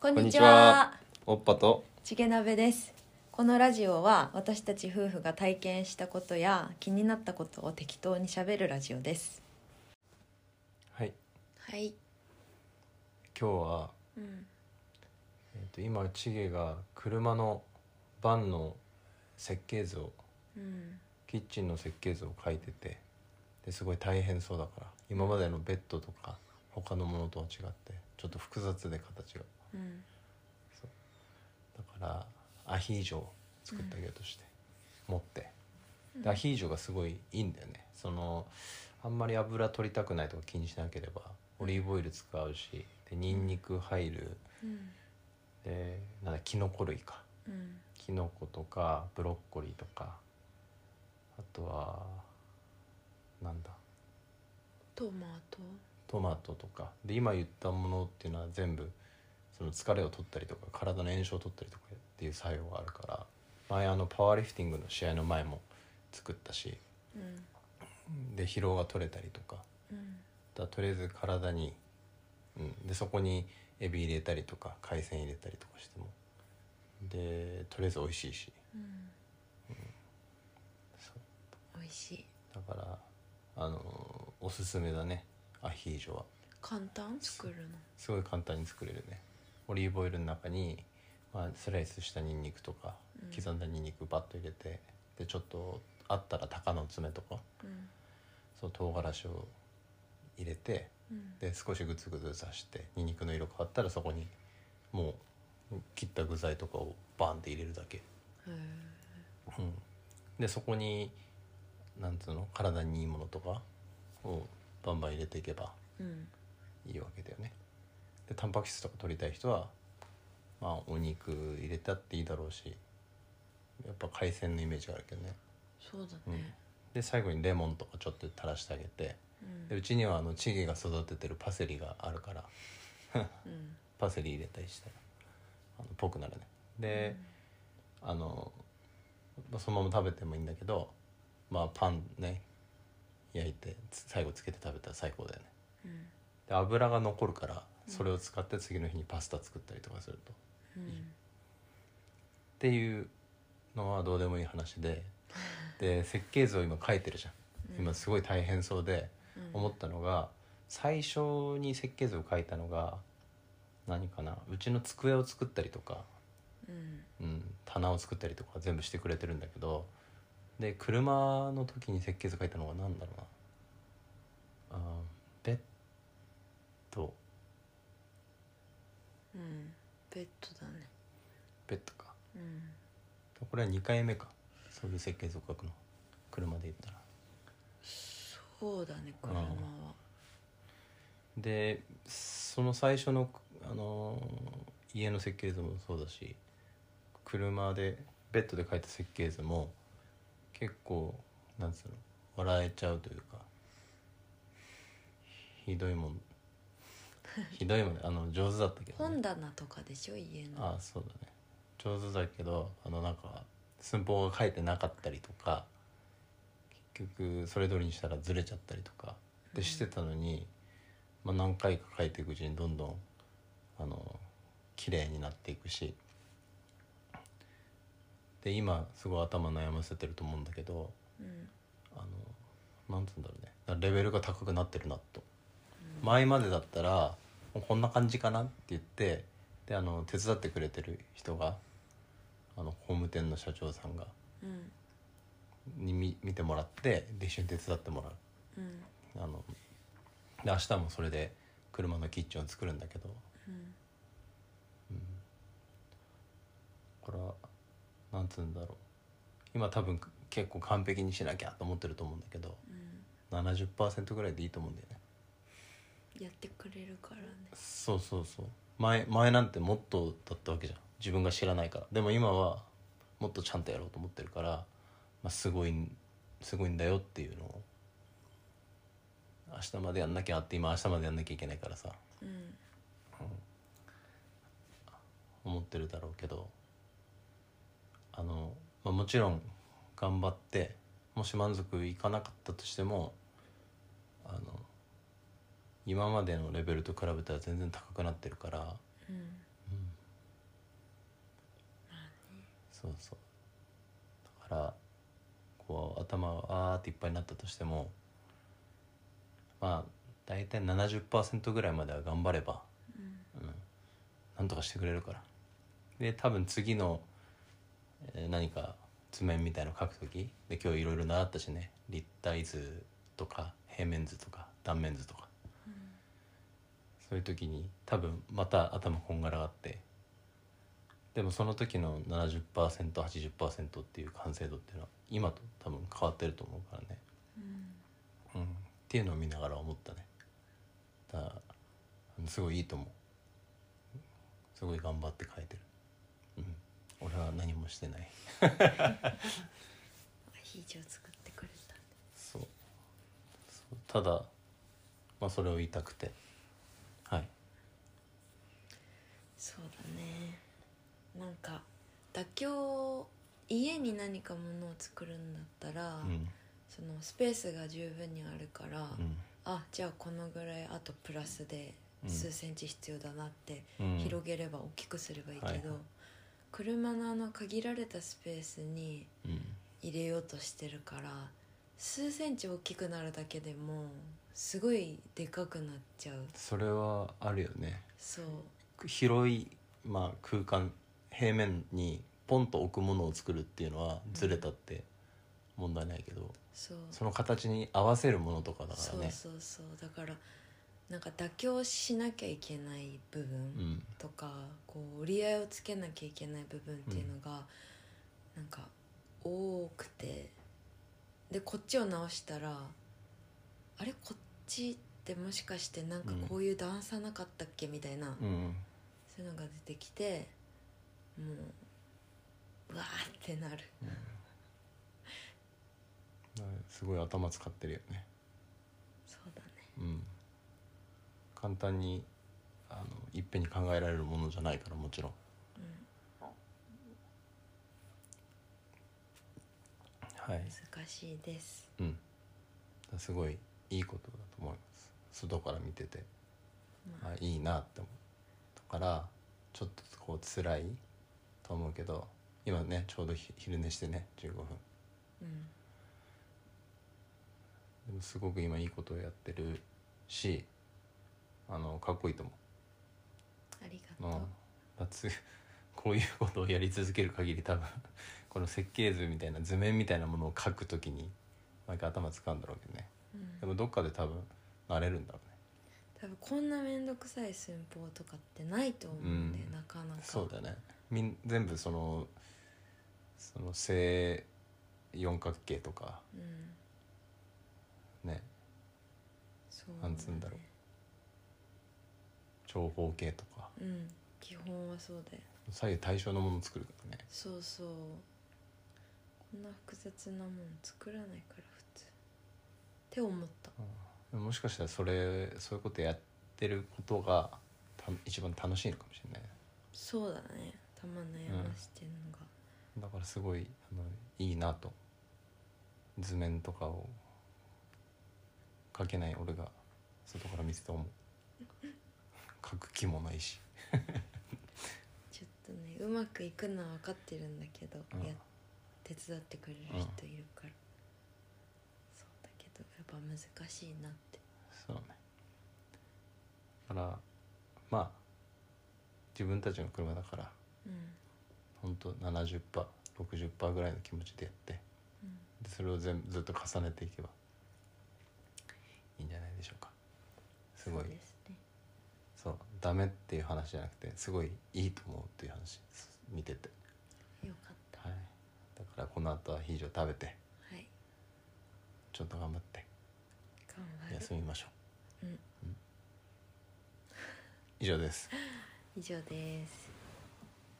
こんんににちちはは。おっぱとちげなべです。このラジオは私たち夫婦が体験したことや気になったことを適当にしゃべるラジオです。はいはい。今日は、うん。えー、と今チゲが車のバンの設計図をうん。キッチンの設計図を書いててですごい大変そうだから今までのベッドとか他のものとは違ってちょっと複雑で形がうん。だからアヒージョを作ってあげようとして、持ってでアヒージョがすごいいいんだよねそのあんまり油取りたくないとか気にしなければオリーブオイル使うしでニンニク入るうん。でなんだキノコ類かうん。キノコとかブロッコリーとかあとはなんだトマト。トマトとかで今言ったものっていうのは全部その疲れを取ったりとか体の炎症を取ったりとかっていう作用があるから前あのパワーリフティングの試合の前も作ったしうん。で疲労が取れたりとかうん。だからとりあえず体に、うん、でそこにエビ入れたりとか海鮮入れたりとかしてもでとりあえず美味しいしうん。そう美味しい。だからあのおすすめだねアヒージョは簡単作るの。すごい簡単に作れるねオリーブオイルの中に、まあ、スライスしたニンニクとかうん刻んだニンニクバッと入れて、でちょっとあったら鷹の爪とかうん。その唐辛子を入れてうん。で少しグツグツさしてニンニクの色変わったらそこにもう切った具材とかをバンって入れるだけ、へーうん、でそこになんつうの体にいいものとかをバンバン入れていけばうん。いいわけだよねでタンパク質とか取りたい人はまあお肉入れたっていいだろうしやっぱ海鮮のイメージがあるけどねそうだね。で最後にレモンとかちょっと垂らしてあげてうんで。うちにはあのチゲが育ててるパセリがあるからうん。パセリ入れたりしたらあのぽくなるねで、あのまあそのまま食べてもいいんだけどまあパンね焼いてつ最後つけて食べたら最高だよねうん。で油が残るからそれを使って次の日にパスタ作ったりとかすると、っうん。ていうのはどうでもいい話でで設計図を今書いてるじゃん今すごい大変そうでうん思ったのが最初に設計図を書いたのが何かなうちの机を作ったりとか、うん。うん、棚を作ったりとか全部してくれてるんだけどで車の時に設計図書いたのが何だろうなあーベッドうん。ベッドだね。ベッドかうん。これは2回目かそういう設計図を書くの車で言ったらそうだね。車は。でその最初の、あのー家の設計図もそうだし車でベッドで書いた設計図も結構なんつうの笑えちゃうというかひどいもんひどいもんねあの上手だったけど、ね本、棚とかでしょ家のああそうだね上手だけどあのなんか寸法が書いてなかったりとか結局それ通りにしたらずれちゃったりとかでしてたのに、まあ、何回か書いていくうちにどんどんあの綺麗になっていくしで今すごい頭悩ませてると思うんだけどうんあのなんつうんだろうねだからレベルが高くなってるなと、前までだったらもうこんな感じかなって言ってであの手伝ってくれてる人があの工務店の社長さんがうんに見見てもらってで一緒に手伝ってもらううんあので明日もそれで車のキッチンを作るんだけどうんこれはなんつうんだろう今多分結構完璧にしなきゃと思ってると思うんだけどうん70%ぐらいでいいと思うんだよねやってくれるからねそうそうそう前前なんてもっとだったわけじゃん自分が知らないからでも今はもっとちゃんとやろうと思ってるから、まあ、すごいんすごいんだよっていうのを明日までやんなきゃって今明日までやんなきゃいけないからさうん思ってるだろうけどあの、まあ、もちろん頑張ってもし満足いかなかったとしてもあの今までのレベルと比べたら全然高くなってるからうんうんそうそうだからこう頭があーっていっぱいになったとしてもまあ大体70%ぐらいまでは頑張れば、うんなんとかしてくれるからで多分次の、えー何か図面みたいの書く時で今日いろいろ習ったしね立体図とか平面図とか断面図とか、そういう時に多分また頭こんがらがってでもその時の 70%80% っていう完成度っていうのは今と多分変わってると思うからね、うんっていうのを見ながら思ったねだからあのすごいいいと思うすごい頑張って書いてる、うん、俺は何もしてないヒージを作ってくれたそうそうただ、まあ、それを言いたくてはいそうだねなんか妥協家に何かものを作るんだったら、うんそのスペースが十分にあるから、うんあじゃあこのぐらいあとプラスでうん数センチ必要だなってうん広げれば大きくすればいいけど、はいはい車のあの限られたスペースにうん入れようとしてるから数センチ大きくなるだけでもすごいでかくなっちゃうそれはあるよねそう広い、まあ、空間平面にポンと置くものを作るっていうのはずれたって問題ないけど、そうその形に合わせるものとかだからそうねそうそうだからなんか妥協しなきゃいけない部分、うんとかこう折り合いをつけなきゃいけない部分っていうのが、なんか多くてでこっちを直したらあれこっちってもしかしてなんかこういう段差なかったっけみたいな、うんそういうのが出てきてもううわーってなるすごい頭使ってるよねそうだねうん簡単にあのいっぺんに考えられるものじゃないからもちろん、はい難しいですうんだからすごいいいことだと思います外から見てて、あいいなって思うだからちょっとこう辛いと思うけど今ねちょうどひ昼寝してね15う分んでもすごく今いいことをやってるしあのかっこいいと思ありう、がまとあう、だつこういうことをやり続ける限り多分 この設計図みたいな図面みたいなものを書くときに毎回頭使うんだろうけどねうんでもどっかで多分慣れるんだろうね多分こんな面倒くさい寸法とかってないと思うんで、うんなかなかそうだよねみん全部そのその正四角形とかうんねそうなんつうんだろ長方形とかううん基本はそうだよ左右対称のものを作るからねそうそうこんな複雑なもん作らないから普通って思ったでももしかしたらそれそういうことやってることがた一番楽しいのかもしれないそうだね頭悩ましてるのが、だからすごいあのいいなと図面とかを描けない俺が外から見てて 思う描く気もないしちょっとねうまくいくのは分かってるんだけど、うんや手伝ってくれる人いるから、そうだけどやっぱ難しいなってそうねだからまあ自分たちの車だからうんほんと 70%60% ぐらいの気持ちでやってうんでそれを全部ずっと重ねていけばいいんじゃないでしょうかすごいそうですねそうダメっていう話じゃなくてすごいいいと思うっていう話見てて、よかったはい、だからこの後は非常食べてはいちょっと頑張って頑張る休みましょう、うん以上です以上です